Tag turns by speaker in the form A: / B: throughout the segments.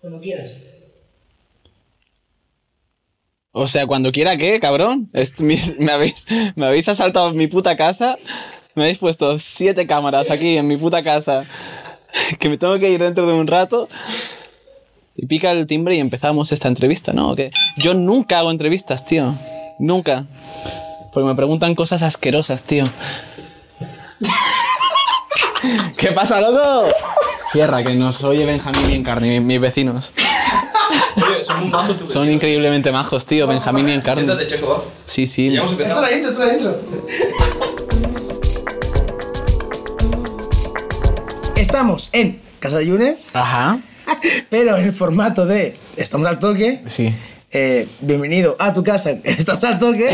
A: Cuando quieras.
B: O sea, cuando quiera, ¿qué, cabrón? Est- mi- me, habéis, me habéis asaltado mi puta casa. Me habéis puesto siete cámaras aquí en mi puta casa. Que me tengo que ir dentro de un rato. Y pica el timbre y empezamos esta entrevista, ¿no? ¿O qué? Yo nunca hago entrevistas, tío. Nunca. Porque me preguntan cosas asquerosas, tío. ¿Qué pasa, loco? Cierra, que nos oye Benjamín y Encarni, mis vecinos.
C: Oye, son un bajo tú.
B: Son increíblemente majos, tío, Benjamín y Encarni.
C: Siéntate, Checo, va.
B: Sí, sí.
C: Ya hemos
A: Esto
C: empezado.
A: la intro, esto la intro. Estamos en Casa de Yunes,
B: Ajá.
A: pero en el formato de Estamos al toque.
B: Sí.
A: Eh, bienvenido a tu casa, estamos al toque.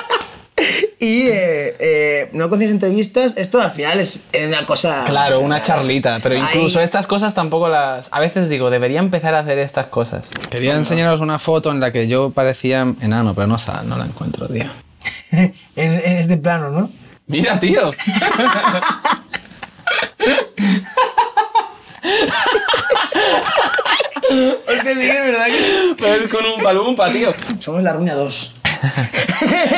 A: y eh, eh, no conciencias entrevistas, esto al final es una cosa.
B: Claro, una charlita, pero
A: Ay.
B: incluso estas cosas tampoco las... A veces digo, debería empezar a hacer estas cosas. Quería enseñaros una foto en la que yo parecía enano, pero no, sa- no la encuentro, tío.
A: en, en este plano, ¿no?
B: Mira, tío. Pero con un palumpa, tío.
A: Somos la ruina 2.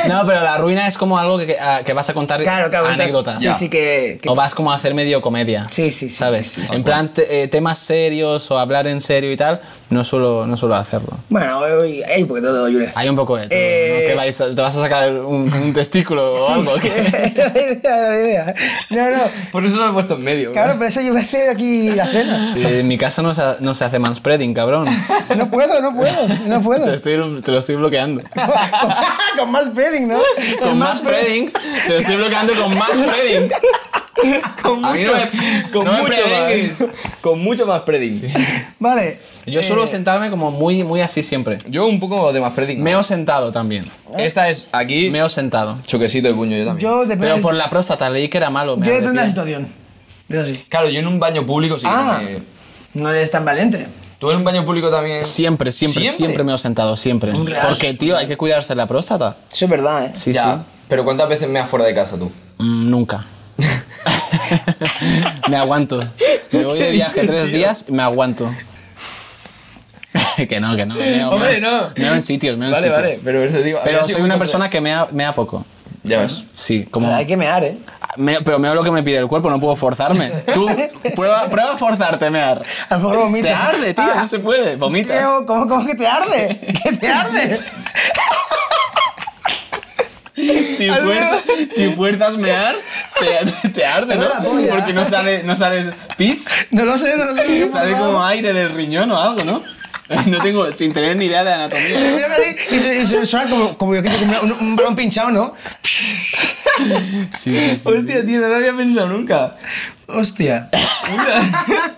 B: No, pero la ruina es como algo que, a- que vas a contar
A: Claro, claro, entonces-
B: anécdotas.
A: Sí, sí, que. que-
B: O vas como a hacer medio comedia.
A: Sí, sí, sí,
B: ¿Sabes?
A: sí, sí,
B: en plan, te- eh, temas serios o hablar en serio y tal, no suelo, no suelo hacerlo.
A: Bueno, hoy hay un poquito de todo, Yunes.
B: Hay un poco de todo,
A: Eh,
B: ¿no? Que vais a- te vas a sacar un, un testículo o algo. ¿qué?
A: Era la idea, era la idea. No, no.
C: Por eso lo he puesto en medio.
A: Claro, pero eso yo voy a hacer aquí la cena.
B: Eh, en mi casa no se, ha- no se hace manspreading, cabrón.
A: No puedo, no puedo, no
B: Te,
A: puedo.
B: estoy, te lo estoy bloqueando.
A: Con, con más spreading, ¿no?
B: Con más spreading, te lo estoy bloqueando con más spreading.
C: Con
B: A mí
C: mucho,
B: no me-
C: con
B: no me
C: mucho
B: prevengres.
C: más. Con mucho más preding.
A: Vale.
C: Eh.
A: eh,
B: Yo suelo sentarme como muy, muy así siempre.
C: Yo un poco de más preding.
B: Me he sentado también.
C: Esta es aquí.
B: Me he sentado.
C: Choquecito de puño yo también.
A: Yo depende.
B: Pero por la próstata leí que era malo. me
A: yo depende de la
B: arrepiento.
A: situación. Yo sí.
C: Claro, yo en un baño público sí. que
A: Ah.
C: me-
A: No eres tan valiente.
C: Tú en un baño público también.
B: Siempre, siempre,
C: ¿Siempre?
B: siempre, me he sentado, siempre.
A: Hombre,
B: Porque, tío, hay que cuidarse la próstata.
A: Eso es verdad, ¿eh?
B: Sí,
C: Ya,
B: sí.
C: Pero ¿cuántas veces me has fuera de casa tú?
B: Mm, nunca. me aguanto. Me voy de viaje tres días y me aguanto. que no, que no. meo
C: Hombre,
B: más.
C: no.
B: Meo en sitios, meo en
C: Vale,
B: sitios.
C: vale, pero eso digo. había
B: Pero
C: sido
B: soy
C: un
B: una
C: poco-
B: persona que mea, mea poco.
C: Ya ves.
B: Sí, como...
A: Hay que mear, ¿eh?
B: meo- pero meo lo que me pide el cuerpo, no puedo forzarme. Tú, prueba, prueba a forzarte a mear.
A: A lo mejor vomitas.
B: Te arde, tío,
A: Ah,
B: no se puede. Vomitas.
A: Diego, ¿cómo, ¿Cómo que te arde? ¿Qué te arde?
B: Si, fuer- si fuerzas mear, te, te arde, ¿no?
A: Perdona, polla.
B: Porque no sale, no sale pis,
A: No lo sé, no lo sé.
B: sale como aire del riñón o algo, ¿no? No tengo, sin tener ni idea de anatomía.
A: Mira, mira, Y, su- y su- suena como, como yo que sé, como un, un balón pinchado, ¿no?
B: Sí, sí, sí.
C: Hostia, tío, no lo había pensado nunca.
A: Hostia.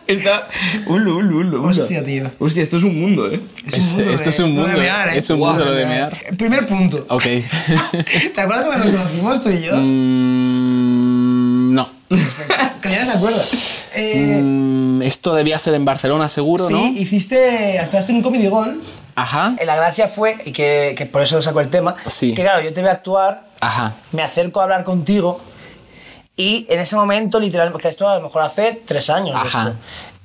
C: Está. Ulo, ulo, ulo, ulo.
A: Hostia, tío.
C: Hostia, esto es un mundo, eh.
B: Es- esto es un
A: lo
B: mundo, es un mundo lo de
A: ¿eh? Primer punto.
B: Ok.
A: ¿Te acuerdas cuando nos conocimos tú y yo?
B: Mm, no.
A: Que ya no se acuerda. Eh,
B: Mm, esto debía ser en Barcelona, seguro,
A: sí,
B: ¿no?
A: hiciste, actuaste en un comedy gol.
B: Ajá.
A: Eh, La gracia fue, y que, que por eso saco el tema,
B: Sí.
A: que claro, yo te voy a actuar,
B: Ajá.
A: me acerco a hablar contigo y en ese momento, literalmente, que esto a lo mejor hace tres años. de
B: Ajá.
A: esto.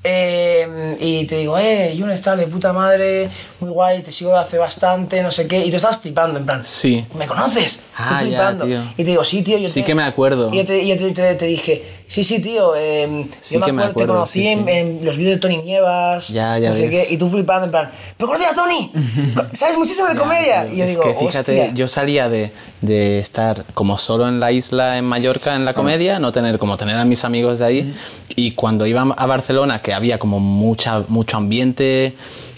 A: Eh, y te digo, eh, Jun está de puta madre, muy guay, te sigo de hace bastante, no sé qué, y tú estás flipando, en plan,
B: Sí.
A: ¿me conoces?
B: Ah,
A: Estoy
B: ya,
A: flipando.
B: tío.
A: Y te digo, sí, tío, yo
B: Sí
A: te-
B: que me acuerdo.
A: Y yo te, y yo te- te- te dije, sí, sí, tío, eh,
B: Sí
A: yo me
B: que
A: acuerdo,
B: me
A: te
B: acuerdo,
A: conocí
B: sí,
A: en,
B: sí.
A: en los vídeos de Tony Nievas,
B: Ya, ya
A: no sé
B: ves.
A: qué, y tú flipando, en plan, pero conoces a Tony, sabes muchísimo de comedia. Y Ah, yo
B: es
A: digo,
B: que fíjate,
A: hostia.
B: yo salía de, de estar como solo en la isla en Mallorca en la comedia, no tener como tener a mis amigos de ahí y cuando iba a Barcelona que había como mucha mucho ambiente,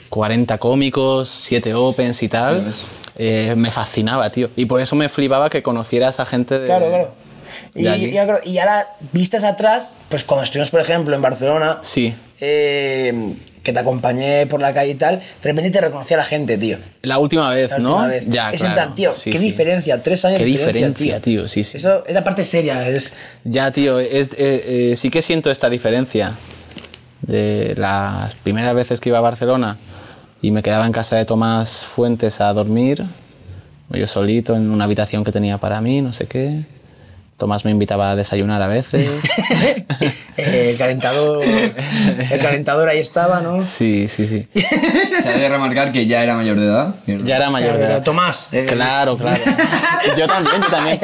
B: 40 cómicos, 7 opens y tal. eh, me fascinaba, tío. Y por eso me flipaba que conocieras a gente de...
A: Claro, claro.
B: de
A: Y,
B: allí.
A: yo creo- y ahora, vistas atrás, pues cuando estuvimos, por ejemplo, en Barcelona,
B: Sí.
A: eh, que te acompañé por la calle y tal, de repente te reconocía la gente, tío.
B: La última vez,
A: La
B: ¿no?
A: última vez.
B: Ya,
A: es en
B: claro.
A: plan, tío,
B: Sí,
A: qué
B: sí.
A: diferencia, tres años
B: Qué
A: de
B: diferencia, tío, sí, sí.
A: Eso es la parte seria, es...
B: Ya, tío, es- eh, eh, sí que siento esta diferencia. De las primeras veces que iba a Barcelona y me quedaba en casa de Tomás Fuentes a dormir, yo solito en una habitación que tenía para mí, no sé qué. Tomás me invitaba a desayunar a veces.
A: Eh, el calentador. El calentador ahí estaba, ¿no?
B: Sí, sí, sí.
C: Se ha de remarcar que ya era mayor de edad.
B: Ya era mayor de edad.
A: Tomás. eh,
B: Claro, claro. Yo también, yo también.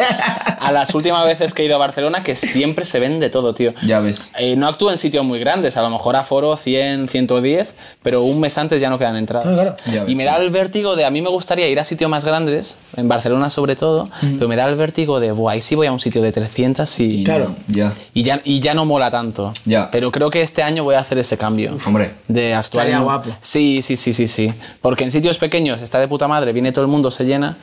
B: A las últimas veces que he ido a Barcelona, que siempre se vende todo, tío.
C: Ya ves.
B: Eh, no actúo en sitios muy grandes, a lo mejor aforo 100, 110, pero un mes antes ya no quedan entradas.
A: Claro,
C: claro.
B: Y me da el vértigo de, a mí me gustaría ir a sitios más grandes, en Barcelona sobre todo,
A: Mm.
B: pero me da el vértigo de, buah, ahí sí voy a un sitio de 300 y,
A: Claro.
C: Ya.
B: y, ya, y ya no mola tanto.
C: Ya.
B: Pero creo que este año voy a hacer ese cambio.
C: Hombre.
B: De actuar.
A: Estaría
B: en-
A: guapo.
B: Sí, sí, sí, sí, sí. Porque en sitios pequeños está de puta madre, viene todo el mundo, se llena,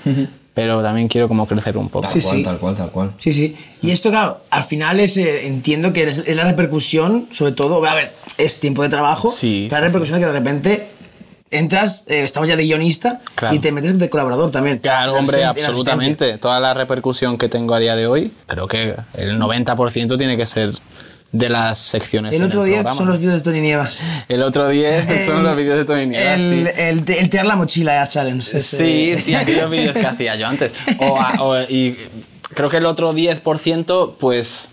B: pero también quiero como crecer un poco.
A: Sí,
C: Tal cual,
A: sí.
C: tal cual, tal cual.
A: Sí, sí. Y esto, claro, al final es, eh, entiendo que es, es la repercusión, sobre todo, a ver, es tiempo de trabajo.
B: Sí,
A: La
B: sí,
A: repercusión es que de repente entras, eh, estamos ya de guionista
B: Claro.
A: y te metes de colaborador también.
B: Claro,
A: En
B: hombre,
A: asistencia- en asistencia.
B: absolutamente. Toda la repercusión que tengo a día de hoy, creo que el 90% tiene que ser de las secciones.
A: El
B: en
A: otro día
B: programa.
A: son los vídeos de Tony Nievas.
B: El otro 10 son
A: El-
B: los vídeos de Tony Nieva,
A: El,
B: sí.
A: el te- el tirar la mochila ya, challenge. ese-
B: Sí, sí, aquellos vídeos que hacía yo antes. O a- o- y creo que el otro 10%, pues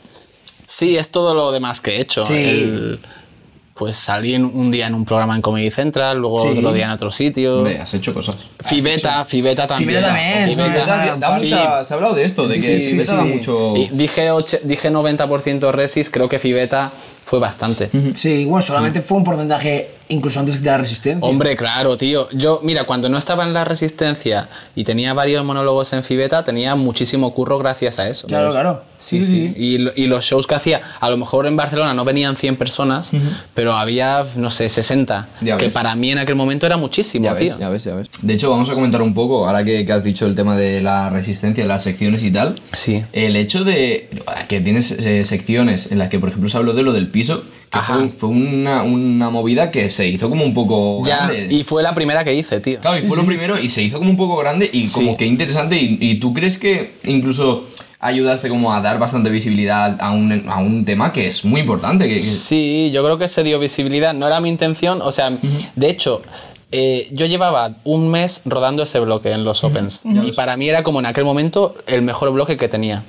B: sí, es todo lo demás que he hecho.
A: Sí.
B: El- pues salí en- un día en un programa en Comedy Central, luego
A: Sí.
B: otro día en otro sitio.
C: Hombre, has hecho cosas.
B: Fibeta, Fibeta también.
A: Fibeta también, Fibeta.
C: Da
B: Sí.
C: mucha- se ha hablado de esto, de que
B: Sí, sí,
C: Fibeta da
A: sí.
C: mucho.
B: Y dije, och- dije 90% Resis, creo que Fibeta fue bastante.
A: Sí, bueno, solamente fue un porcentaje incluso antes que de la resistencia.
B: Hombre, claro, tío. Yo, mira, cuando no estaba en la Resistencia y tenía varios monólogos en Fibeta, tenía muchísimo curro gracias a eso.
A: Claro, claro.
B: Sí, sí. Y, lo- y los shows que hacía, a lo mejor en Barcelona no venían 100 personas, pero había, no sé, 60.
C: Ya
B: que
C: ves.
B: para mí en aquel momento era muchísimo,
C: Ya
B: tío.
C: ves, ya ves, ya ves. De hecho, vamos a comentar un poco, ahora que, que has dicho el tema de la resistencia, las secciones y tal.
B: Sí.
C: El hecho de que tienes eh, secciones en las que, por ejemplo, se habló de lo del piso, que
B: Ajá.
C: fue, fue una, una movida que se hizo como un poco
B: Ya,
C: grande.
B: y fue la primera que hice, tío.
C: Claro, y fue lo primero y se hizo como un poco grande y
B: Sí.
C: como que interesante. Y, y tú crees que incluso ayudaste como a dar bastante visibilidad a un, a un tema que es muy importante. Que, que-
B: Sí, yo creo que se dio visibilidad. No era mi intención, o sea, de hecho, eh, yo llevaba un mes rodando ese bloque en los Opens. Y para mí era como en aquel momento el mejor bloque que tenía.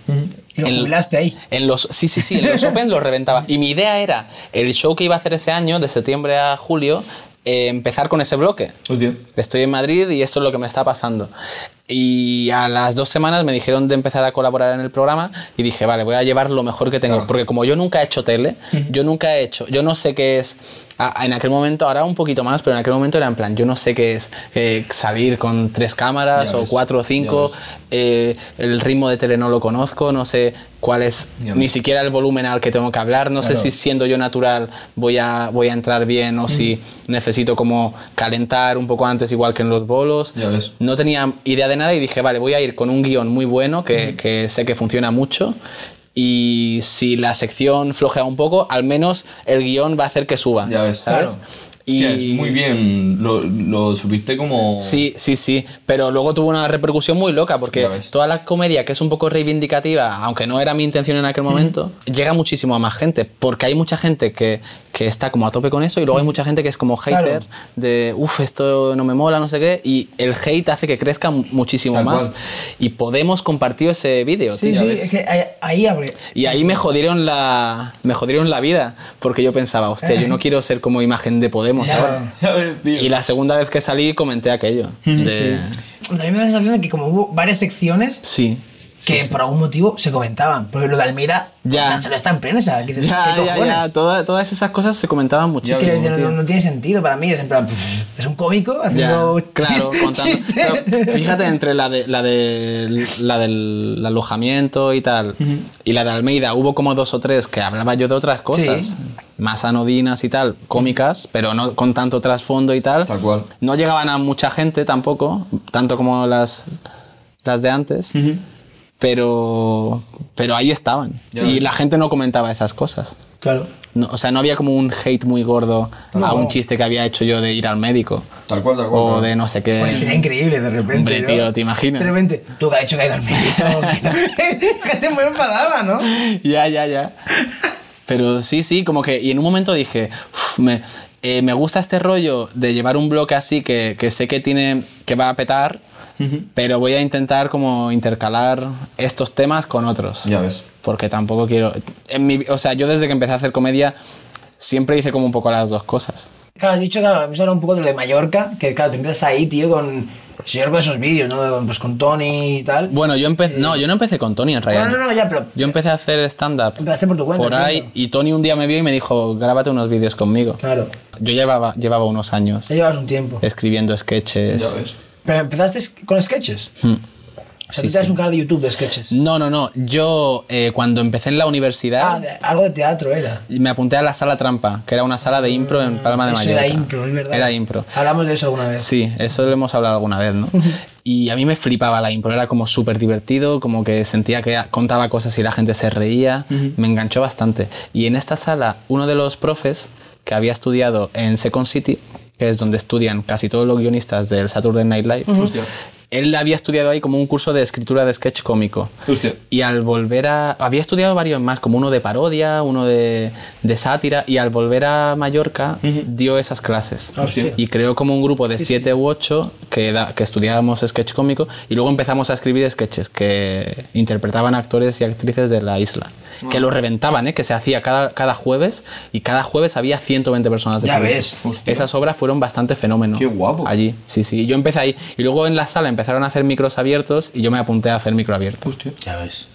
A: Y lo
B: El-
A: jubilaste ahí.
B: En los, sí, sí, sí, en los Open los reventaba. Y mi idea era, el show que iba a hacer ese año, de septiembre a julio, eh, empezar con ese bloque.
C: Hostia.
B: Estoy en Madrid y esto es lo que me está pasando. Y a las dos semanas me dijeron de empezar a colaborar en el programa y dije, vale, voy a llevar lo mejor que tengo. Porque como yo nunca he hecho tele, yo nunca he hecho, yo no sé qué es, a- en aquel momento, ahora un poquito más, pero en aquel momento era en plan, yo no sé qué es eh, salir con tres cámaras
C: Ya
B: o
C: ves,
B: cuatro o
C: ya
B: cinco, eh, el ritmo de tele no lo conozco, no sé cuál es,
C: Ya
B: ni
C: ves.
B: siquiera el volumen al que tengo que hablar, no
C: Claro.
B: sé si siendo yo natural voy a, voy a entrar bien o si necesito como calentar un poco antes igual que en los bolos.
C: Ya ves.
B: No tenía idea de nada y dije, vale, voy a ir con un guión muy bueno que, que sé que funciona mucho y si la sección flojea un poco, al menos el guión va a hacer que suba.
C: Ya ves.
B: ¿sabes?
C: Claro. Hostia, es muy bien, lo, lo subiste como...
B: Sí, sí, sí. Pero luego tuvo una repercusión muy loca porque
C: Ya ves.
B: toda la comedia que es un poco reivindicativa, aunque no era mi intención en aquel momento, llega muchísimo a más gente. Porque hay mucha gente que, que está como a tope con eso y luego hay mucha gente que es como hater de, uff, esto no me mola, no sé qué. Y el hate hace que crezca mu- muchísimo
C: Tal
B: más.
C: cual.
B: Y Podemos compartió ese vídeo.
A: Sí,
B: tío.
A: sí, es que ahí, ahí abre.
B: Y ahí me jodieron la me jodieron la vida porque yo pensaba, hostia, yo no quiero ser como imagen de Podemos
A: Ya.
B: ahora.
C: Ya ves, tío.
B: Y la segunda vez que salí comenté aquello. de-
A: También me da la sensación de que como hubo varias secciones
B: Sí.
A: que por algún motivo se comentaban. Porque lo de Almira
B: Ya.
A: se lo está en prensa. Que dices,
B: Ya,
A: ¿qué
B: ya,
A: cojones?
B: ya. Toda- todas esas cosas se comentaban
A: Es
B: muchísimo.
A: que no-
B: tío.
A: no, no tiene sentido para mí. Es en plan, pff, es un cómico
B: Ya,
A: haciendo
B: claro,
A: chis-
B: contando.
A: chistes.
B: Pero fíjate entre la de la de la del alojamiento y tal y la de Almeida hubo como dos o tres que hablaba yo de otras cosas
A: Sí.
B: más anodinas y tal, cómicas, pero no con tanto trasfondo y tal.
C: Tal cual.
B: No llegaban a mucha gente tampoco, tanto como las las de antes. Pero pero ahí estaban
C: Ya
B: y
C: ves.
B: la gente no comentaba esas cosas.
A: Claro.
B: No, o sea, no había como un hate muy gordo a un chiste que había hecho yo de ir al médico.
C: Tal cual, tal cual.
B: O
C: tal.
B: de no sé qué.
A: Pues sería increíble de repente.
B: Eh, Hombre,
A: ¿no?
B: tío, ¿te imaginas?
A: De repente, tú que has hecho que ha ido al médico. Gente muy enfadada, ¿no?
B: ya, ya, ya. Pero sí, sí, como que. Y en un momento dije, "Uf, me, eh, me gusta este rollo de llevar un bloque así que, que sé que tiene. que va a petar, pero voy a intentar como intercalar estos temas con otros.
C: Ya ves.
B: porque tampoco quiero... En mi, o sea, yo desde que empecé a hacer comedia siempre hice como un poco las dos cosas.
A: Claro, has dicho, claro, me suena un poco de lo de Mallorca, que claro, tú empiezas ahí, tío, con. Si yo con esos vídeos, ¿no? Con- Pues con Tony y tal.
B: Bueno, yo empecé... No, yo no empecé con Tony en realidad.
A: no, no, no, ya, pero.
B: Yo empecé a hacer stand-up
A: Empezaste por tu cuenta.
B: por ahí
A: entiendo.
B: y Tony un día me vio y me dijo, grábate unos vídeos conmigo.
A: Claro,
B: Yo llevaba, llevaba unos años
A: ya llevas un tiempo.
B: escribiendo sketches. Mm.
C: Ya ves.
A: Pero empezaste con sketches. O sea, tú tienes un canal de YouTube de sketches.
B: No, no, no. Yo eh, cuando empecé en la
A: Ah,
B: universidad
A: de- algo de teatro era.
B: me apunté a la sala trampa, que era una sala de impro en Palma de
A: Eso
B: Mallorca.
A: era impro, es verdad.
B: Era impro.
A: Hablamos de eso alguna vez.
B: Sí, eso lo hemos hablado alguna vez, ¿no? Y a mí me flipaba la impro, era como súper divertido, como que sentía que contaba cosas y la gente se reía, me enganchó bastante. Y en esta sala, uno de los profes que había estudiado en Second City, que es donde estudian casi todos los guionistas del Saturday Night Live,
C: Hostia.
B: él había estudiado ahí como un curso de escritura de sketch cómico.
C: Hostia.
B: Y al volver a... Había estudiado varios más, como uno de parodia, uno de, de sátira, y al volver a Mallorca dio esas clases.
A: Ah,
C: Hostia.
B: Y creó como un grupo de siete u ocho que, da- que estudiábamos sketch cómico y luego empezamos a escribir sketches que interpretaban actores y actrices de la isla.
A: Ah.
B: Que lo reventaban, ¿eh? que se hacía cada, cada jueves y cada jueves había 120 personas. de
A: Ya
B: público.
A: ves.
C: Hostia.
B: Esas obras fueron bastante fenómeno.
C: Qué guapo.
B: Allí, sí, sí. Yo empecé ahí y luego en la sala empezaron a hacer micros abiertos y yo me apunté a hacer micro abierto.
C: Hostia.
A: Ya ves.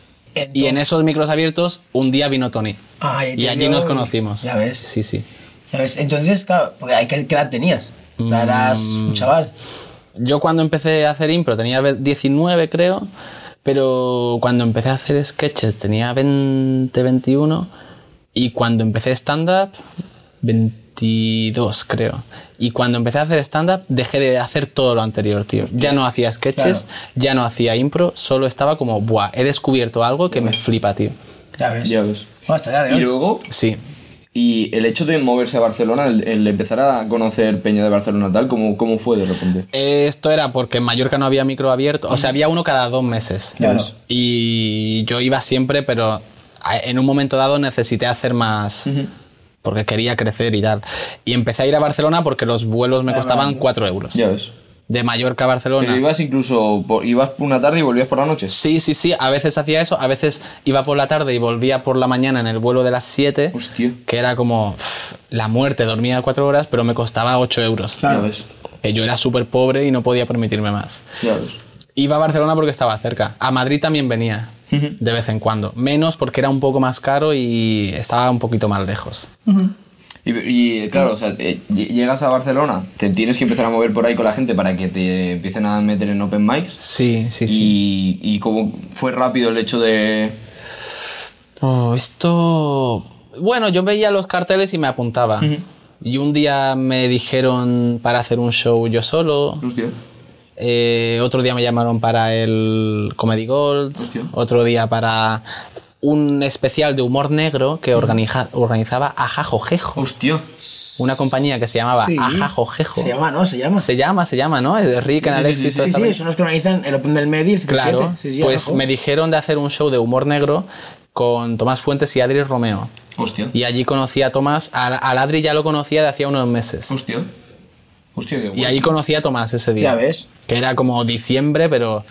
B: Y en esos micros abiertos un día vino Tony.
A: Ah,
B: Y
A: te
B: allí
A: vio
B: nos
A: y-
B: conocimos.
A: Ya ves.
B: Sí, sí.
A: Ya ves. Entonces, claro, porque ahí, ¿qué, qué edad tenías? O sea, eras
B: Mm.
A: un chaval.
B: Yo cuando empecé a hacer impro tenía ve- 19 creo, pero cuando empecé a hacer sketches tenía 20, 21 y cuando empecé stand-up 22 creo. Y cuando empecé a hacer stand-up dejé de hacer todo lo anterior, tío. Ya no hacía sketches, ya no hacía impro, solo estaba como, buah, he descubierto algo que me flipa, tío.
A: Ya ves.
C: Ya ves.
A: Bueno, hasta edad de
C: Y
A: hoy.
C: luego,
B: Sí.
C: y el hecho de moverse a Barcelona, el, el empezar a conocer Peña de Barcelona tal, ¿cómo, cómo fue de repente?
B: Esto era porque en Mallorca no había micro abierto, o sea, había uno cada dos meses.
A: Claro.
B: Y yo iba siempre, pero a- en un momento dado necesité hacer más. Porque quería crecer y tal. Y empecé a ir a Barcelona porque los vuelos me costaban 4 euros.
C: Ya ves.
B: De Mallorca a Barcelona.
C: Pero ibas incluso, por- ibas por una tarde y volvías por la noche.
B: Sí, sí, sí. A veces hacía eso. A veces iba por la tarde y volvía por la mañana en el vuelo de las 7.
C: Hostia.
B: Que era como pff, la muerte. Dormía 4 horas, pero me costaba 8 euros.
A: Claro.
C: Ya ves.
B: Que yo era súper pobre y no podía permitirme más.
C: Ya ves.
B: Iba a Barcelona porque estaba cerca. A Madrid también venía de vez en cuando. Menos porque era un poco más caro y estaba un poquito más lejos.
C: Y, y, claro, o sea, eh, lle- llegas a Barcelona, te tienes que empezar a mover por ahí con la gente para que te empiecen a meter en open mics.
B: Sí, sí, sí.
C: Y, y cómo fue rápido el hecho de...
B: Oh, esto... Bueno, yo veía los carteles y me apuntaba. Y un día me dijeron para hacer un show yo solo.
C: Hostia.
B: Eh, otro día me llamaron para el Comedy Gold.
C: Hostia.
B: Otro día para un especial de humor negro que organiza- organizaba Ajajojejo.
C: Hostia.
B: Una compañía que se llamaba
A: Sí.
B: Ajajojejo.
A: Se llama, ¿no? Se llama.
B: Se llama, se llama, ¿no? Es Rick and
C: sí,
B: Alexis.
C: sí,
B: toda
A: Sí,
B: esta
A: sí,
B: peña.
A: son los que organizan el Open del Medio, el 77.
B: Claro.
A: Sí, sí,
B: pues
A: abajo.
B: me dijeron de hacer un show de humor negro con Tomás Fuentes y Adri Romeo.
C: Hostia.
B: Y allí conocí a Tomás, a, a Adri ya lo conocía de hacía unos meses.
C: Hostia. Hostia, qué
B: Y
C: guay.
B: allí conocí a Tomás ese día.
A: Ya ves.
B: Que era como diciembre, pero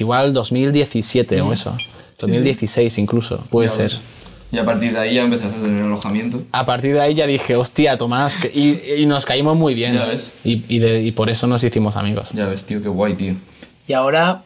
B: igual 2017 o eso. 2016 incluso, puede
C: Ya
B: ser.
C: ves. Y a partir de ahí ya empezaste a tener alojamiento.
B: A partir de ahí ya dije, hostia, Tomás, que- y, y nos caímos muy bien.
C: Ya ves.
B: Y, y de- y por eso nos hicimos amigos.
C: Ya ves, tío, qué guay, tío.
A: Y ahora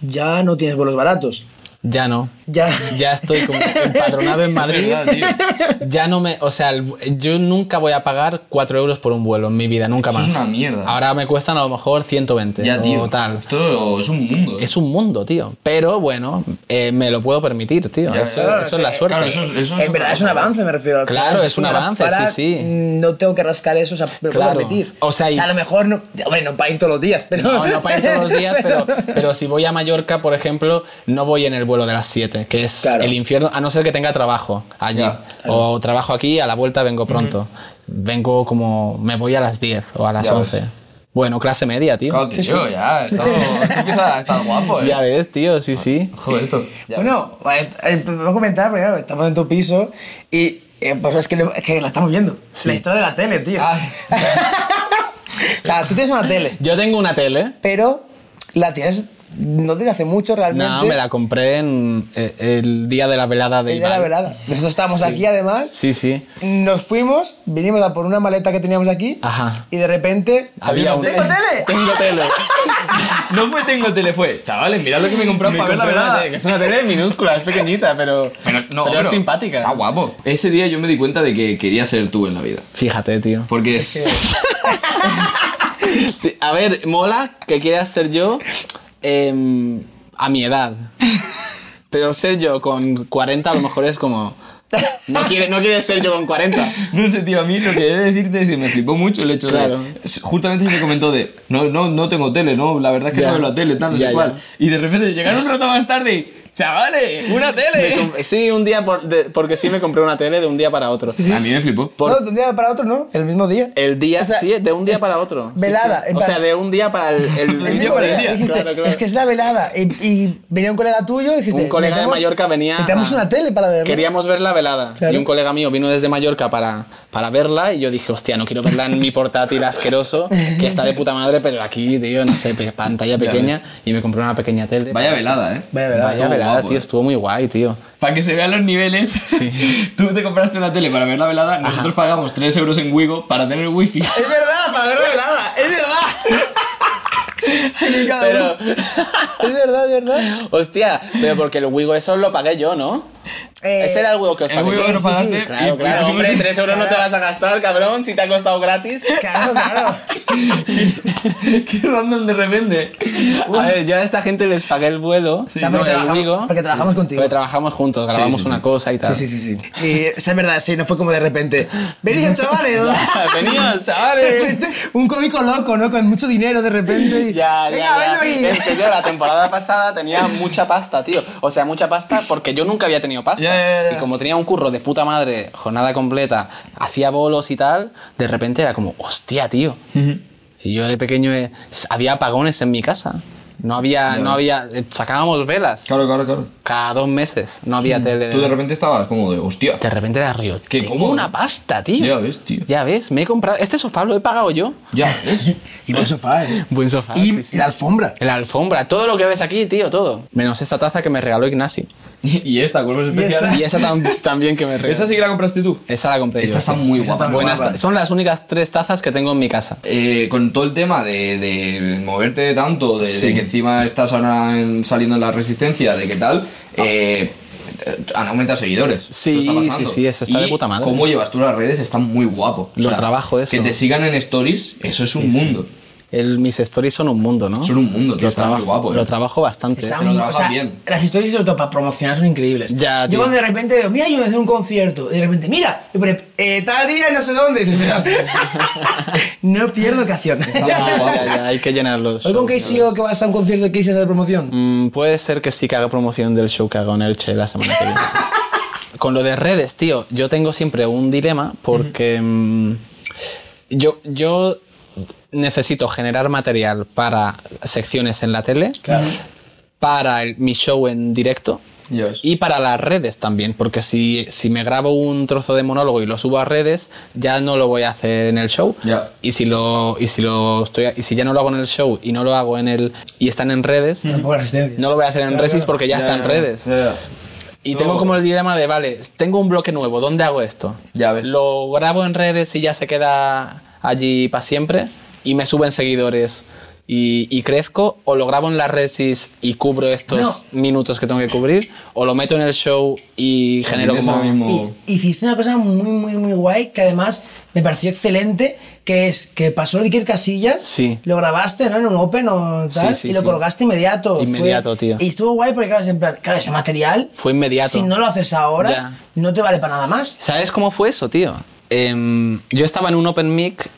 A: ya no tienes vuelos baratos.
B: Ya no.
A: Ya.
B: ya estoy como empadronado en Madrid.
C: Es verdad,
B: Ya no me. O sea, el- yo nunca voy a pagar 4 euros por un vuelo en mi vida, nunca
C: Eso
B: más.
C: es una mierda.
B: Ahora me cuestan a lo mejor 120
C: Ya,
B: o
C: tío.
B: tal.
C: Esto es un mundo. ¿eh?
B: Es un mundo, tío. Pero bueno, eh, me lo puedo permitir, tío.
C: Ya,
B: eso
C: ya.
A: Claro,
B: eso
A: sí,
B: es la suerte.
C: Claro, eso, es- eso es
A: en verdad es un avance, me refiero. al final.
B: Claro, es un
A: una-
B: avance,
A: para-
B: sí, sí.
A: mm, No tengo que rascar eso, o sea, me lo puedo
B: Claro.
A: permitir.
B: O sea, y-
A: a lo mejor no. Hombre, no para ir todos los días, pero.
B: No, no para ir todos los días, pero, pero si voy a Mallorca, por ejemplo, no voy en el vuelo de las 7, que es
A: Claro.
B: el infierno, a no ser que tenga trabajo allí.
C: Ya,
B: O trabajo aquí, a la vuelta vengo pronto. Vengo como. Me voy a las 10 o a las
C: Ya ves.
B: 11. Bueno, clase media, tío.
C: Claro, tío, ya. Esto, esto empieza a estar guapo, eh.
B: Ya ves, tío, sí, sí.
C: Joder, esto. ya
A: bueno, eh, eh, voy a comentar, pero claro, estamos en tu piso y. eh, pues es que, no- es que la estamos viendo. La historia de la tele, tío.
C: Ay.
A: o sea, tú tienes una tele,
B: Yo tengo una tele.
A: pero la tienes no desde hace mucho realmente.
B: No, me la compré en eh, el día de la velada de
A: el día de la
B: Iván.
A: velada. Nosotros estábamos aquí además.
B: Sí, sí.
A: Nos fuimos, vinimos a por una maleta que teníamos aquí
B: Ajá.
A: y de repente...
B: Había un...
A: ¡Tengo tele!
B: Tengo tele.
C: No fue tengo tele, fue. Chavales, mirad lo que me he comprado
B: Me
C: para ver la
B: compré una
C: velada.
B: tele, que es una tele minúscula, es pequeñita, pero,
C: Pero, no,
B: pero es
C: pero
B: simpática.
C: Está guapo. Ese día yo me di cuenta de que quería ser tú en la vida.
B: Fíjate, tío.
C: Porque es.
B: A ver, mola que quieras ser yo em, a mi edad. Pero ser yo con 40 a lo mejor es como... No, quiere, no quieres ser yo con 40.
C: No sé, tío, a mí lo que he de decirte es que me flipó mucho el hecho
B: Claro.
C: de. Justamente se me comentó de. No, no, no tengo tele, no, la verdad es que
B: Ya.
C: no veo la tele, tal, no
B: Ya,
C: sé cuál. Y de repente llegaron un rato más tarde y. ¡Chavales!
B: Me
C: ¡Una tele!
B: comp- Sí, un día, por- de- porque sí me compré una tele de un día para otro.
C: A mí me flipó.
B: Por-
A: No, de un día para otro no, el mismo día.
B: El día,
A: O sea,
B: sí, de un día
A: es-
B: para otro. Sí,
A: velada,
B: sí.
A: en
B: O
A: plan-
B: sea, de un día para el... el-
A: El mismo
C: para el
A: día,
C: día,
A: dijiste,
B: Claro, claro.
A: es que es la velada. Y, y venía un colega tuyo y dijiste...
B: Un colega de
A: "Necesitamos-
B: Mallorca venía
A: Necesitamos
B: a-
A: una tele para verlo.
B: Queríamos ver la velada.
A: Claro.
B: Y un colega mío vino desde Mallorca para, para verla y yo dije, hostia, no quiero verla en mi portátil asqueroso, que está de puta madre, pero aquí, tío, no sé, pe- pantalla pequeña. Y me compré una pequeña tele.
C: Vaya velada, eh.
A: Vaya
B: Vaya velada,
A: velada.
C: estuvo guapo,
B: tío,
C: eh.
B: estuvo muy guay, tío.
C: Para que se vean los niveles, tú te compraste una tele para ver la velada, nosotros pagamos 3 euros en Wigo para tener wifi.
A: Es verdad, para ver la velada, es verdad.
B: Pero,
A: Es verdad, es verdad.
B: hostia, pero porque el Wigo eso lo pagué yo, ¿no?
A: Eh,
B: Ese era el Wigo que os
C: el
B: pagué.
C: Wigo
A: Sí,
C: que nos
A: sí, sí.
C: pagaste.
B: Claro,
C: y- pues
B: claro,
C: y-
B: hombre, 3 euros no te vas a gastar, cabrón, si te ha costado gratis.
A: Claro, claro.
C: Qué random de repente.
B: A ver, yo a esta gente les pagué el vuelo.
A: O sea, porque
B: no, el
A: trabajamos-
B: Wigo,
A: porque trabajamos contigo.
B: Porque trabajamos juntos, grabamos
C: sí, sí.
B: una cosa y tal.
A: Sí, sí, sí, sí. Y o sea, es verdad, sí, no fue como de repente. Venid, chavales. ¿no?
B: Veníos,
A: De
B: ¿sabes?
A: repente, un cómico loco, ¿no? Con mucho dinero de repente. y,
B: Ya,
A: Venga,
B: ya,
A: ven
B: ya.
A: aquí".
B: Es que yo la temporada pasada tenía mucha pasta, tío. O sea, mucha pasta porque yo nunca había tenido pasta.
C: Ya, ya, ya.
B: Y como tenía un curro de puta madre, jornada completa, hacía bolos y tal, de repente era como, hostia, tío. Y yo de pequeño eh, había apagones en mi casa. No había, no había, eh, sacábamos velas
C: Claro, claro, claro.
B: cada dos meses. No había tele.
C: Tú de repente estabas como de, hostia.
B: De repente era río.
C: Qué
B: Tengo
C: cómodo,
B: una
C: ¿no?
B: pasta, tío.
C: Ya ves, tío.
B: Ya ves, me he comprado. Este sofá lo he pagado yo.
C: Ya, ¿ves?
A: Y buen sofá, ¿eh?
B: Buen sofá.
A: y
B: sí, sí.
A: la alfombra.
B: La alfombra, todo lo que ves aquí, tío, todo. Menos esta taza que me regaló Ignasi.
C: Y esta, cuerpos
A: esta.
C: especiales.
B: Y esa tam- también que me regaló.
C: Esta sí que la compraste tú.
B: Esa la compré
C: Esta
B: yo.
C: está
B: sí.
C: muy
A: Esta
C: guapa.
A: está muy
B: Buenas
A: guapa.
B: ta- Son las únicas tres tazas que tengo en mi casa.
C: Eh, con todo el tema de, de moverte tanto, de, de que encima estás ahora en- saliendo en la resistencia, de qué tal, eh, han aumentado seguidores.
B: Ah. Sí,
C: Esto está pasando.
B: sí, sí, eso está de
C: Y
B: puta madre.
C: Cómo llevas tú las redes está muy guapo.
B: Lo trabajo eso.
C: Que te sigan en stories, eso es un mundo.
B: El, mis stories son un mundo, ¿no?
C: Son un mundo, tío,
B: Lo
C: está muy
B: trabajo,
C: guapo, eh.
B: lo trabajo bastante.
A: Está
C: Se lo
A: muy-
C: trabaja bien.
A: Las historias, sobre todo para promocionar, son increíbles.
B: Ya,
A: yo
B: tío.
A: cuando de repente veo, mira, yo desde un concierto, y de repente, mira, y pone, eh, tal día y no sé dónde. Y dices, "Mira". no pierdo ocasión.
B: Ya, ya, ya, hay que llenarlos.
A: Hoy con Casey o que vas a un concierto de Casey de promoción.
B: Mm, puede ser que sí que haga promoción del show que hago en Elche la semana que viene. Con lo de redes, tío, yo tengo siempre un dilema porque mm, yo, yo necesito generar material para secciones en la tele, para el- mi show en directo.
C: Ya ves.
B: Y para las redes también, porque si, si me grabo un trozo de monólogo y lo subo a redes, ya no lo voy a hacer en el show.
C: Ya.
B: Y si lo, y si lo estoy, y si ya no lo hago en el show y no lo hago en el y están en redes,
A: Tampoco la resistencia.
B: no lo voy a hacer en Resis porque ya, está en redes.
C: Ya,
B: Y tengo como el dilema de, vale, tengo un bloque nuevo, ¿dónde hago esto?
C: Ya ves.
B: Lo grabo en redes y ya se queda allí para siempre y me suben seguidores y, y crezco, o lo grabo en las Resis y cubro estos minutos que tengo que cubrir, o lo meto en el show y genero
C: Tienes
B: como...
C: ahora mismo-
A: Y hiciste una cosa muy, muy, muy guay que además me pareció excelente, que es que pasó el Iker Casillas,
B: Sí.
A: lo grabaste ¿no? en un open o tal,
B: Sí, sí,
A: y lo
B: sí.
A: colgaste inmediato. Fue-
B: Inmediato, tío.
A: Y estuvo guay porque, claro, es en plan, claro, ese material,
B: Fue inmediato.
A: si no lo haces ahora,
B: Ya.
A: no te vale para nada más.
B: ¿Sabes cómo fue eso, tío? Em, yo estaba en un open mic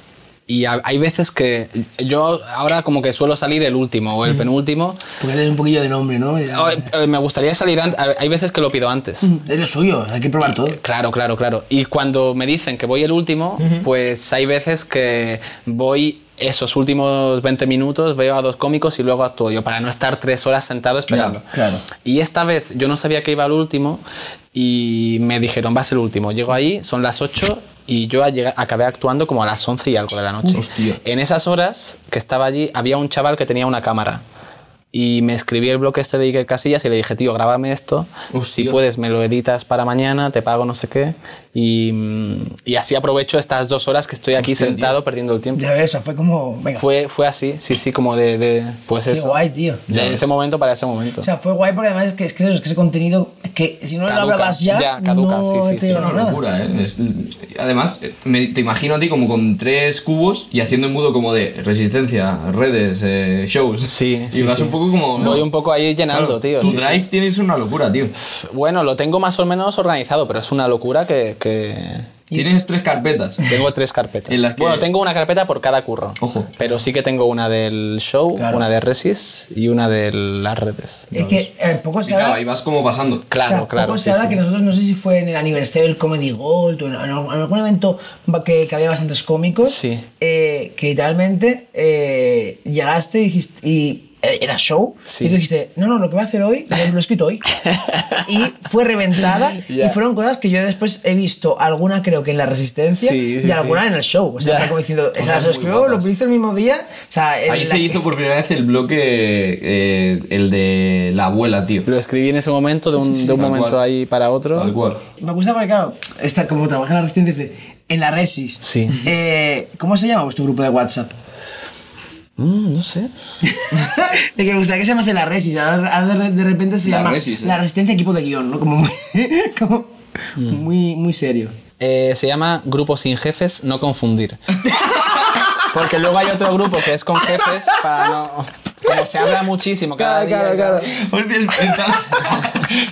B: y ha- hay veces que yo ahora como que suelo salir el último o el penúltimo.
A: Porque eres un poquillo de nombre, ¿no? Ya-
B: Oh, eh, eh, me gustaría salir antes. Hay veces que lo pido antes.
A: Es lo suyo, hay que probar todo.
B: Claro, claro, claro. Y cuando me dicen que voy el último, pues hay veces que voy esos últimos 20 minutos, veo a dos cómicos y luego actúo yo, para no estar tres horas sentado esperando.
A: claro.
B: Y esta vez yo no sabía que iba al último y me dijeron, vas el último. Llego ahí, son las 8 y yo a- llega- acabé actuando como a las 11 y algo de la noche.
C: Hostia.
B: En esas horas que estaba allí había un chaval que tenía una cámara. Y me escribí el blog este de Iker Casillas y le dije, tío, grábame esto. Si
C: Hostia.
B: puedes, me lo editas para mañana, te pago no sé qué. Y, mm, y así aprovecho estas dos horas que estoy aquí
C: Hostia, tío.
B: sentado perdiendo el tiempo.
A: Ya ves, o sea, fue como. Venga,
B: Fue, fue así, sí, sí, como de. de pues
A: qué
B: eso.
A: guay, tío.
B: De ese momento para ese momento.
A: O sea, fue guay porque además es que, es que, eso, es que ese contenido, es que si no lo
B: Caduca,
A: hablabas ya,
B: ya, caduca,
A: no
B: sí, sí,
A: te
B: sí,
A: iba
C: Es
A: a
C: una
A: nada.
C: locura, ¿eh? Es- además, eh, me- te imagino a ti como con tres cubos y haciendo el mudo como de resistencia, redes, eh, shows.
B: Sí,
C: Y
B: sí,
C: vas
B: sí.
C: un poco como.
B: Voy un poco ahí llenando,
C: Claro,
B: tío.
C: Tu
B: sí, sí.
C: drive tiene que ser una locura, tío.
B: Bueno, lo tengo más o menos organizado, pero es una locura que. que
C: Tienes tres carpetas.
B: Tengo tres carpetas.
C: En las que-
B: Bueno, tengo una carpeta por cada curro.
C: Ojo.
B: Pero sí que tengo una del show,
A: Claro.
B: una de Resis y una de las redes.
A: Es que eh, poco
C: Y
A: se
C: claro,
A: habla.
C: ahí vas como pasando.
A: o sea,
B: Claro, claro.
A: Poco
B: sí,
A: se habla
B: sí.
A: que nosotros, no sé si fue en el aniversario del Comedy Gold o en, en algún- en algún evento ba- que, que había bastantes cómicos,
B: Sí.
A: eh, que literalmente eh, llegaste y dijiste. Y, eh, era show
B: Sí.
A: y tú dijiste no no lo que voy a hacer hoy lo lo he escrito hoy y fue reventada
B: Ya.
A: y fueron cosas que yo después he visto alguna creo que en la resistencia
B: Sí, sí,
A: y alguna
B: sí.
A: en el show o sea
B: Ya.
A: fue como diciendo o
C: Cosas
A: sea se lo
C: muy
A: escribo
C: guapas.
A: lo hice el mismo día o sea en
C: Ahí
A: la
C: se
A: que-
C: hizo por primera vez el bloque, eh, el de la abuela, tío.
B: Lo escribí en ese momento, de un, de un
C: tal
B: momento
C: cual.
B: ahí para otro.
C: Tal cual.
A: Me gusta porque, claro, está, como trabaja en la Resistencia, dice, en la Resis.
B: Sí.
A: Eh, ¿Cómo se llama vuestro grupo de WhatsApp?
B: Mm, no sé.
A: De que me gustaría que se llamase la Resis. Ahora ahora de, de repente se
C: La
A: llama
C: Resis, eh.
A: la Resistencia Equipo de Guión, ¿no? Como muy, como
B: Mm.
A: muy, muy serio.
B: Eh, se llama Grupo sin jefes, no confundir. Porque luego hay otro grupo que es con jefes para no. Como se habla muchísimo cada día.
C: Hostia, es- está-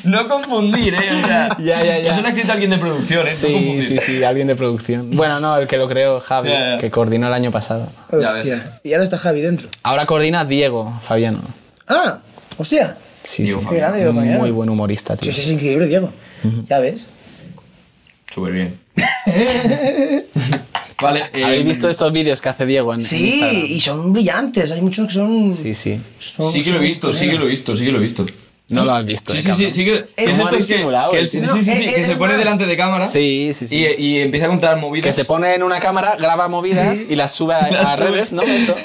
C: No confundir, eh. O sea,
B: Ya, ya, ya.
C: Eso lo ha escrito alguien de producción, eh. no
B: Sí,
C: confundir.
B: sí, sí, alguien de producción. Bueno, no, el que lo creó, Javi,
C: Ya, ya.
B: que coordinó el año pasado.
C: Ya
A: Hostia. Y ahora está Javi dentro.
B: Ahora coordina Diego Fabiano.
A: ¡Ah! ¡Hostia!
B: Sí,
C: Diego
B: sí.
A: Qué grande, Diego Fabiano.
B: Muy buen humorista,
A: Sí,
B: tío.
A: sí, es increíble, Diego. Ya ves.
C: Súper bien. vale, eh,
B: ¿Habéis visto estos vídeos que hace Diego en, en
A: Sí,
B: Instagram?
A: y son brillantes. Hay muchos que son.
B: Sí, sí.
A: son-
C: Sí que lo he
A: son-
C: visto, sí que lo he visto, sí que lo he visto.
B: No lo has visto.
C: Sí,
B: eh,
C: sí, sí,
B: cabrón.
C: sí que.
A: Es
C: es esto
B: humor
C: que-
B: disimulado,
C: que él-
B: eh,
C: sí,
A: tío.
C: sí, sí, sí,
A: No,
C: que
A: es-
C: se
A: es
C: pone
A: más.
C: delante de cámara.
B: Sí, sí, sí.
C: Y, eh, y empieza a contar movidas.
B: Que se pone en una cámara, graba movidas y las sube a,
C: Las
B: a
C: sube.
B: redes, ¿no? Eso.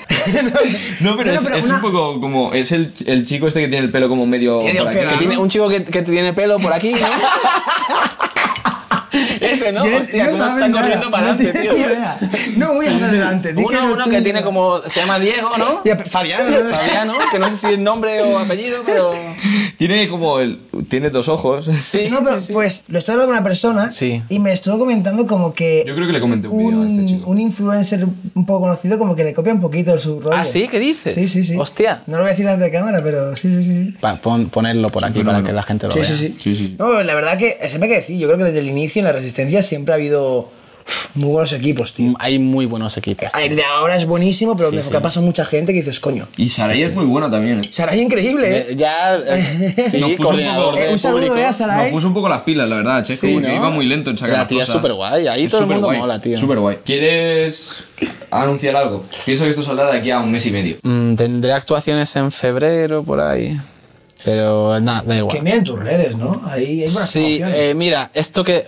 C: No,
A: No, no,
C: pero, es,
A: pero
C: es
A: una-
C: un poco como. Es el, el chico este que tiene el pelo como medio.
A: Medio
C: por aquí.
A: feo,
B: Que tiene un chico que, que tiene pelo por aquí, ¿no? Ese, ¿no?
A: Ya-
B: Hostia,
A: no
B: cómo está
A: saben nada,
B: corriendo para
A: no
B: adelante,
A: tienen
B: tío.
A: ni idea. No, muy hasta adelante. di
B: Uno,
A: no
B: uno que
A: tienen
B: tiene
A: nada.
B: como. Se llama Diego, ¿no?
A: Ya, pe- Fabián. ¿no?
B: Fabiano, que no sé si es nombre o apellido, pero.
C: Tiene como el. Tiene dos ojos.
B: Sí.
A: No, pero pues lo estoy hablando con una persona
B: Sí.
A: y me estuvo comentando como que
C: Yo creo que le comenté un vídeo a este
A: un,
C: chico.
A: un influencer un poco conocido como que le copia un poquito su rollo.
B: ¿Ah, sí? ¿Qué dices?
A: Sí, sí, sí.
B: Hostia.
A: No lo voy a decir delante de cámara, pero sí, sí, sí. sí.
B: Pa- pon- ponerlo por aquí para que la gente lo
A: Sí,
B: vea.
A: sí, sí.
C: Sí, sí, sí.
A: No, la verdad que siempre hay que decir, yo creo que desde el inicio en la Resistencia siempre ha habido uf, muy buenos equipos, tío.
B: Hay muy buenos equipos.
A: Ah, El de ahora es buenísimo, pero me que ha pasado mucha gente que dices, coño.
C: Y Saray es muy buena también, eh.
A: Saray increíble, ¿eh?
B: Eh, Ya, eh, sí,
C: Nos puso un
B: coordinador
C: poco-
B: de
A: Eh, un saludo,
B: público.
A: eh, a
C: Nos
A: Saray.
C: puso un poco las pilas, la verdad, che.
B: Sí,
C: como que
B: ¿no?
C: iba muy lento en sacar
B: La
C: las
B: tía es
C: cosas.
B: superguay, ahí todo el mundo
C: superguay,
B: mola, tío.
C: Superguay. ¿Quieres anunciar algo? Pienso que esto saldrá de aquí a un mes y medio.
B: Mm, tendré actuaciones en febrero por ahí. Pero nada, da igual.
A: Que miren tus redes, ¿no? Ahí hay buenas
B: Sí,
A: promociones.
B: eh, mira, esto que.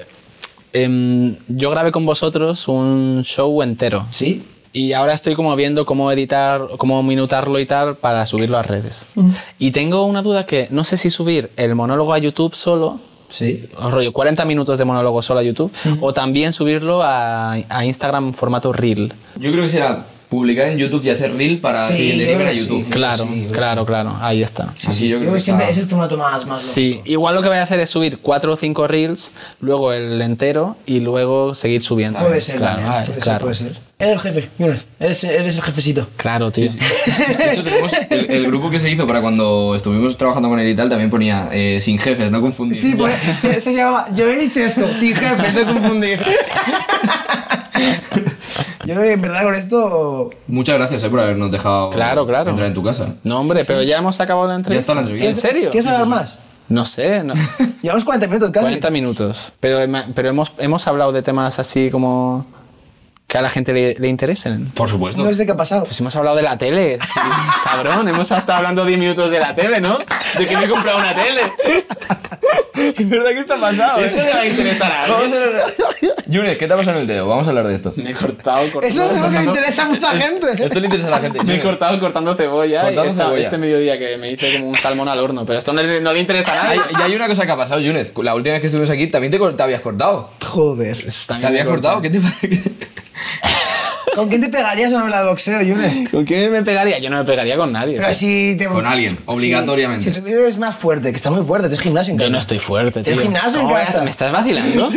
B: em, yo grabé con vosotros un show entero.
A: Sí.
B: Y ahora estoy como viendo cómo editar, cómo minutarlo y tal para subirlo a redes.
A: Mm.
B: Y tengo una duda que no sé si subir el monólogo a YouTube solo,
A: Sí.
B: o rollo 40 minutos de monólogo solo a YouTube, o también subirlo a, a Instagram en formato reel.
C: Yo creo que será publicar en YouTube y hacer reel para
A: Sí,
C: que
A: yo
C: le lleguen
A: creo
C: a
A: que sí.
C: YouTube.
B: Claro, claro, claro, ahí está.
C: Sí, sí, yo creo que
A: siempre
C: está-
A: es el formato más, más
B: Sí, igual lo que voy a hacer es subir 4 o 5 reels, luego el entero y luego seguir subiendo.
A: Puede ser,
B: claro,
A: también,
B: ay,
A: puede,
B: claro.
A: ser puede ser. Eres el jefe, Yunus. Eres, eres el jefecito.
B: Claro, tío.
C: De hecho, tenemos el, el grupo que se hizo para cuando estuvimos trabajando con él y tal, también ponía eh, sin jefes, no confundir.
A: Sí, pues se, se llamaba Joel y Chesco. Sí, jefe, no confundir. Yo creo que en verdad con esto.
C: Muchas gracias eh, por habernos dejado
B: Claro, claro.
C: entrar en tu casa.
B: No, hombre, pero ya hemos acabado la
C: Ya
B: entrevista.
C: está la entrevista.
B: ¿En serio?
A: ¿Quieres hablar más?
B: No sé, no.
A: Llevamos 40 minutos casi.
B: 40 minutos. Pero, hema- pero hemos, hemos hablado de temas así como. que a la gente le, le interesen.
C: Por supuesto.
A: No sé qué ha pasado.
B: Pues hemos hablado de la tele. Cabrón, hemos estado hablando 10 minutos de la tele, ¿no? De que me he comprado una tele. es verdad que está pasado. Esto le va a interesar a alguien.
A: Vamos a ver-
C: Yunes, ¿qué te ha pasado en el dedo? Vamos a hablar de esto.
B: Me he cortado, cortado.
A: Eso es lo que le interesa a mucha gente.
C: Esto le interesa a la gente.
B: Me he
C: Yunes.
B: cortado cortando cebolla, y
C: Cortando
B: esta-
C: cebolla.
B: este mediodía que me hice como un salmón al horno, pero esto no le, no le interesa a
C: Hay-
B: nadie.
C: y hay una cosa que ha pasado, Yunes. La última vez que estuvimos aquí también te, cor- te habías cortado.
A: Joder.
C: ¿Te habías cortado? ¿Qué te parece?
A: ¿Con quién te pegarías en una habla de boxeo, Yune?
B: ¿Con quién me pegaría? Yo no me pegaría con nadie.
A: Pero si te...
C: Con alguien, obligatoriamente.
A: Si, si tuvieras más fuerte, que está muy fuerte, tienes gimnasio en
B: Yo
A: casa.
B: no estoy fuerte, tío.
A: Tienes gimnasio en
B: ¿Cómo
A: casa.
B: vas- ¿Me estás vacilando?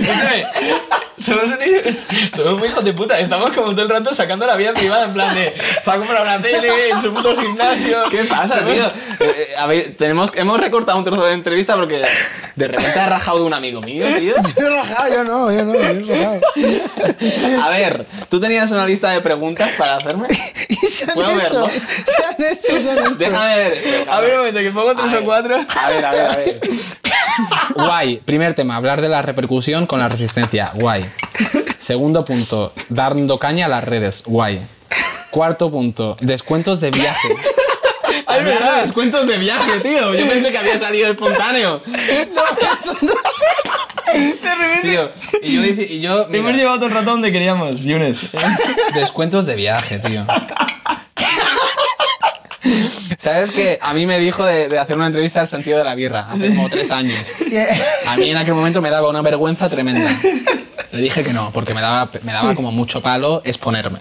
C: somos, un, hijos de puta. Estamos como todo el rato sacando la vida privada en plan de. Se ha comprado una tele en su puto gimnasio.
B: ¿Qué pasa, tío? Eh, eh, a ver, tenemos, hemos recortado un trozo de entrevista porque de repente ha rajado de un amigo mío, tío.
A: Yo he rajado, yo no, yo no, yo he rajado.
B: A ver, tú tenías una lista de preguntas para hacerme.
A: Y se han
B: Puedo
A: hecho,
B: verlo.
A: se han hecho, se han hecho.
B: Déjame ver. eso,
C: A ver un momento, que pongo
B: A
C: tres o
B: ver,
C: cuatro.
B: A ver, a ver, a ver. Guay. Primer tema, hablar de la repercusión con la resistencia. Guay. Segundo punto, dando caña a las redes. Guay. Cuarto punto, descuentos de viaje. Hay verdad, descuentos de viaje, tío. Yo pensé que había salido espontáneo.
C: De repente.
B: Tío, y yo, dici- y yo
C: Hemos
B: mira,
C: llevado todo el rato donde queríamos, Yunes.
B: descuentos de viaje, tío. ¿Sabes que A mí me dijo de, de hacer una entrevista al sentido de la birra hace como tres años. A mí en aquel momento me daba una vergüenza tremenda. Le dije que no, porque me daba, me daba como mucho palo exponerme.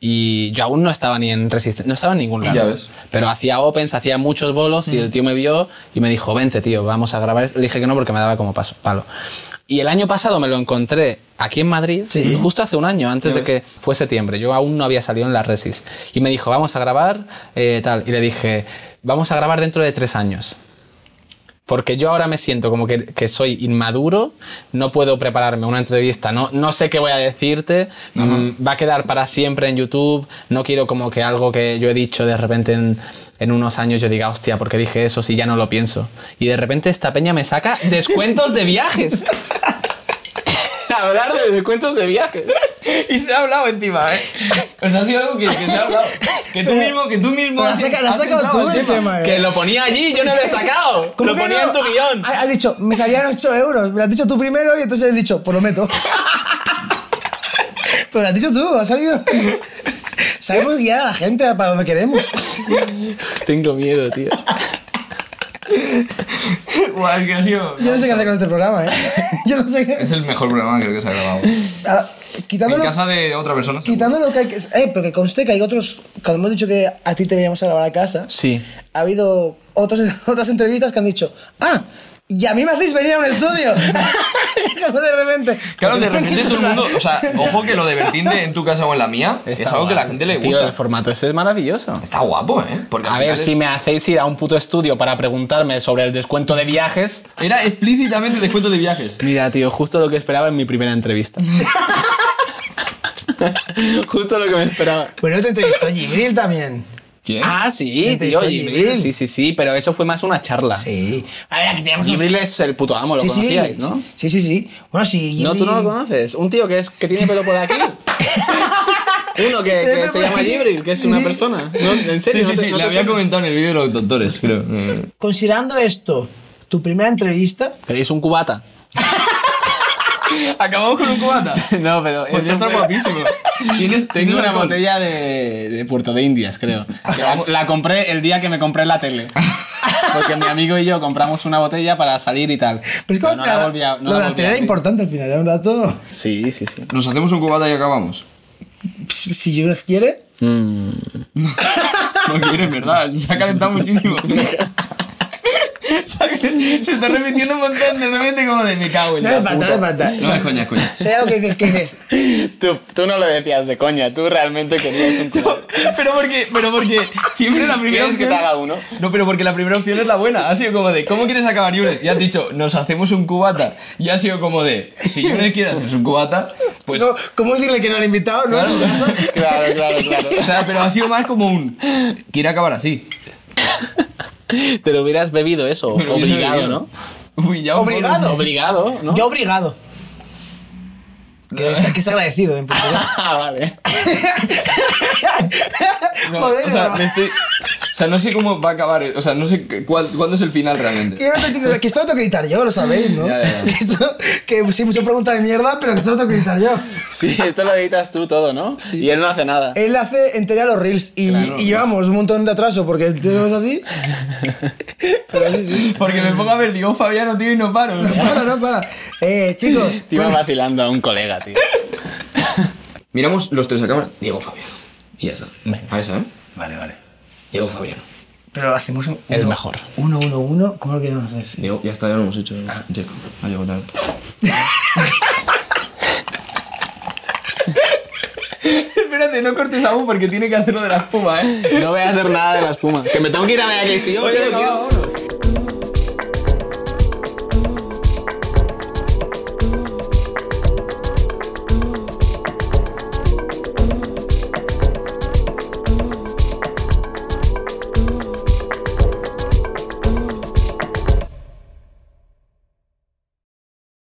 B: Y yo aún no estaba ni en resistencia, no estaba en ningún lado.
C: Ya ves.
B: Pero hacía opens, hacía muchos bolos y el tío me vio y me dijo, vente tío, vamos a grabar. esto". Le dije que no porque me daba como paso, palo. Y el año pasado me lo encontré aquí en Madrid,
A: Sí.
B: justo hace un año, antes de que fue septiembre. Yo aún no había salido en la Resis. Y me dijo, vamos a grabar, eh, tal. Y le dije, vamos a grabar dentro de tres años. Porque yo ahora me siento como que, que soy inmaduro, no puedo prepararme una entrevista, no, no sé qué voy a decirte, mm, va a quedar para siempre en YouTube, no quiero como que algo que yo he dicho de repente en, en unos años yo diga, hostia, ¿por qué dije eso si ya no lo pienso? Y de repente esta peña me saca descuentos de viajes. Hablar de descuentos de viajes.
C: Y se ha hablado encima, ¿eh? O sea, ha sido algo que, que se ha hablado. Que tú mismo, que tú mismo.
A: Pero
C: has-
A: has saca- lo has
C: has
A: sacado
C: entrado
A: tú
C: al
A: el tema, eh.
B: Que lo ponía allí, yo no lo he sacado.
A: ¿Cómo
B: Lo
A: que
B: ponía
A: no? Ah,
B: en tu guión.
A: Ha- Has dicho, me salían 8 euros. Me lo has dicho tú primero y entonces he dicho, pues lo meto. Pero lo has dicho tú, ha salido. Sabemos guiar a la gente para donde queremos. ah.
B: Tengo miedo, tío.
C: Guau, es que ha sido.
A: Yo no sé qué hacer con este programa, ¿eh? Yo no sé qué.
C: Es el mejor programa que creo que se ha grabado.
A: Ah,
C: En
A: Quitándolo,
C: casa de otra persona.
A: quitando lo que hay que. Eh, pero que conste que hay otros. Cuando hemos dicho que a ti te veníamos a grabar a casa,
B: Sí.
A: ha habido otros, otras entrevistas que han dicho, ¡ah! Y a mí me hacéis venir a un estudio. Como de repente.
C: Claro, de repente todo el mundo. O sea, ojo que lo de vertiente en tu casa o en la mía es algo que la
B: guay.
C: gente le
B: Tío, el
C: gusta.
B: formato este es maravilloso.
C: Está guapo, ¿eh? Porque al
B: A ver,
C: final es-
B: si me hacéis ir a un puto estudio para preguntarme sobre el descuento de viajes.
C: Era explícitamente descuento de viajes.
B: Mira, tío, justo lo que esperaba en mi primera entrevista. justo lo que me esperaba.
A: Bueno, te entrevistó Gibril también.
C: ¿Qué?
B: Ah, sí,
A: Gente,
B: tío,
A: estoy
B: Gibril.
A: Gibril.
B: Sí, sí, sí, pero eso fue más una charla. Pues
A: Sí. A ver, aquí tenemos
B: Gibril es el puto amo, lo
A: sí,
B: conocíais,
A: sí,
B: ¿no?
A: Sí, sí, sí. Bueno, sí.
B: No, tú no lo conoces. Un tío que, es, que tiene pelo por aquí. Uno que, que se llama Gibril, que es una persona. No, en serio,
C: Sí, sí,
B: no te-
C: sí,
B: no te
C: le había
B: suena. Eh.
C: comentado en el vídeo de los doctores, creo.
A: Considerando esto, tu primera entrevista.
B: ¿Queréis un cubata?
C: Acabamos con un cubata.
B: No, pero.
C: Podría
B: esto
C: estar
B: fue-
C: guapísimo. Tienes,
B: Tengo
C: tienes
B: una
C: alcohol.
B: botella de, de Puerto de Indias, creo. La, la compré el día que me compré la tele. Porque mi amigo y yo compramos una botella para salir y tal.
A: Pero es que
B: Pero
A: al
B: no
A: final,
B: la volví a- no
A: lo
B: la
A: de la
B: volví
A: tele
B: a
A: era
B: abrir.
A: importante al final, era un dato.
B: Sí, sí, sí.
C: Nos hacemos un cubata y acabamos.
A: Si yo los quiere.
B: Mm.
C: No quiero, en verdad. Se ha calentado muchísimo. Se ha cal- Se está repitiendo un montón de repente como de me cago en
A: No
C: la
A: es falta, no
C: puta.
A: es falta.
C: No, es coña, es coña.
A: Sea lo que dices, que dices.
B: Tú, tú no lo decías de coña, tú realmente querías un cubata.
C: Pero porque, pero porque siempre la primera
B: ¿Quieres que
C: opción-
B: te haga uno?
C: No, pero porque la primera opción es la buena. Ha sido como de, ¿cómo quieres acabar Yunes? Y has dicho, nos hacemos un cubata. Y ha sido como de, si Yunes quiere hacerse un cubata, pues.
A: No, ¿Cómo decirle que no al invitado? No, es un caso.
B: Claro, claro, claro.
C: O sea, pero ha sido más como un. Quiere acabar así.
B: Te lo hubieras bebido eso,
C: Pero hubiese
B: obligado,
C: bebido.
B: ¿no?
C: Uy, ya un poco-
A: Obligado.
B: Obligado, ¿no?
A: Yo obligado. Que es, que es agradecido en portugués.
B: Ah, vale.
C: No,
A: Joder,
C: o, sea,
A: no.
C: me estoy- o sea, no sé cómo va a acabar. O sea, no sé cu- cuál- cuándo es el final realmente.
A: Que, yo no te entiendo, que esto lo tengo que editar yo, lo sabéis, ¿no?
C: Ya, ya, ya.
A: Que, esto, que sí, muchas preguntas de mierda, pero que esto lo tengo que editar yo.
B: Sí, Eh, esto lo editas tú todo, ¿no? Y él no hace nada.
A: Él hace en teoría los reels y,
C: Claro.
A: y llevamos un montón de atraso porque el tío es así. pero sí, sí.
C: Porque me pongo a ver, digo, Fabiano, tío, y no paro.
A: No para, no para. Eh, chicos.
B: Te iba vacilando a un colega, tío.
C: Miramos los tres a cámara. Diego Fabiano. Y ya está. A esa, ¿eh?
A: Vale, vale.
C: Diego Fabiano.
A: Pero hacemos un.
B: El
A: uno-
B: mejor.
A: Uno, uno, uno. ¿Cómo lo queremos hacer?
C: Diego, ya está, ya lo hemos hecho. Diego, ha llegado tarde. Espérate, no cortes aún porque tiene que hacerlo de la espuma, ¿eh?
B: No voy a hacer nada de la espuma. Que me tengo que ir a ver a Casey.
C: Oye, no,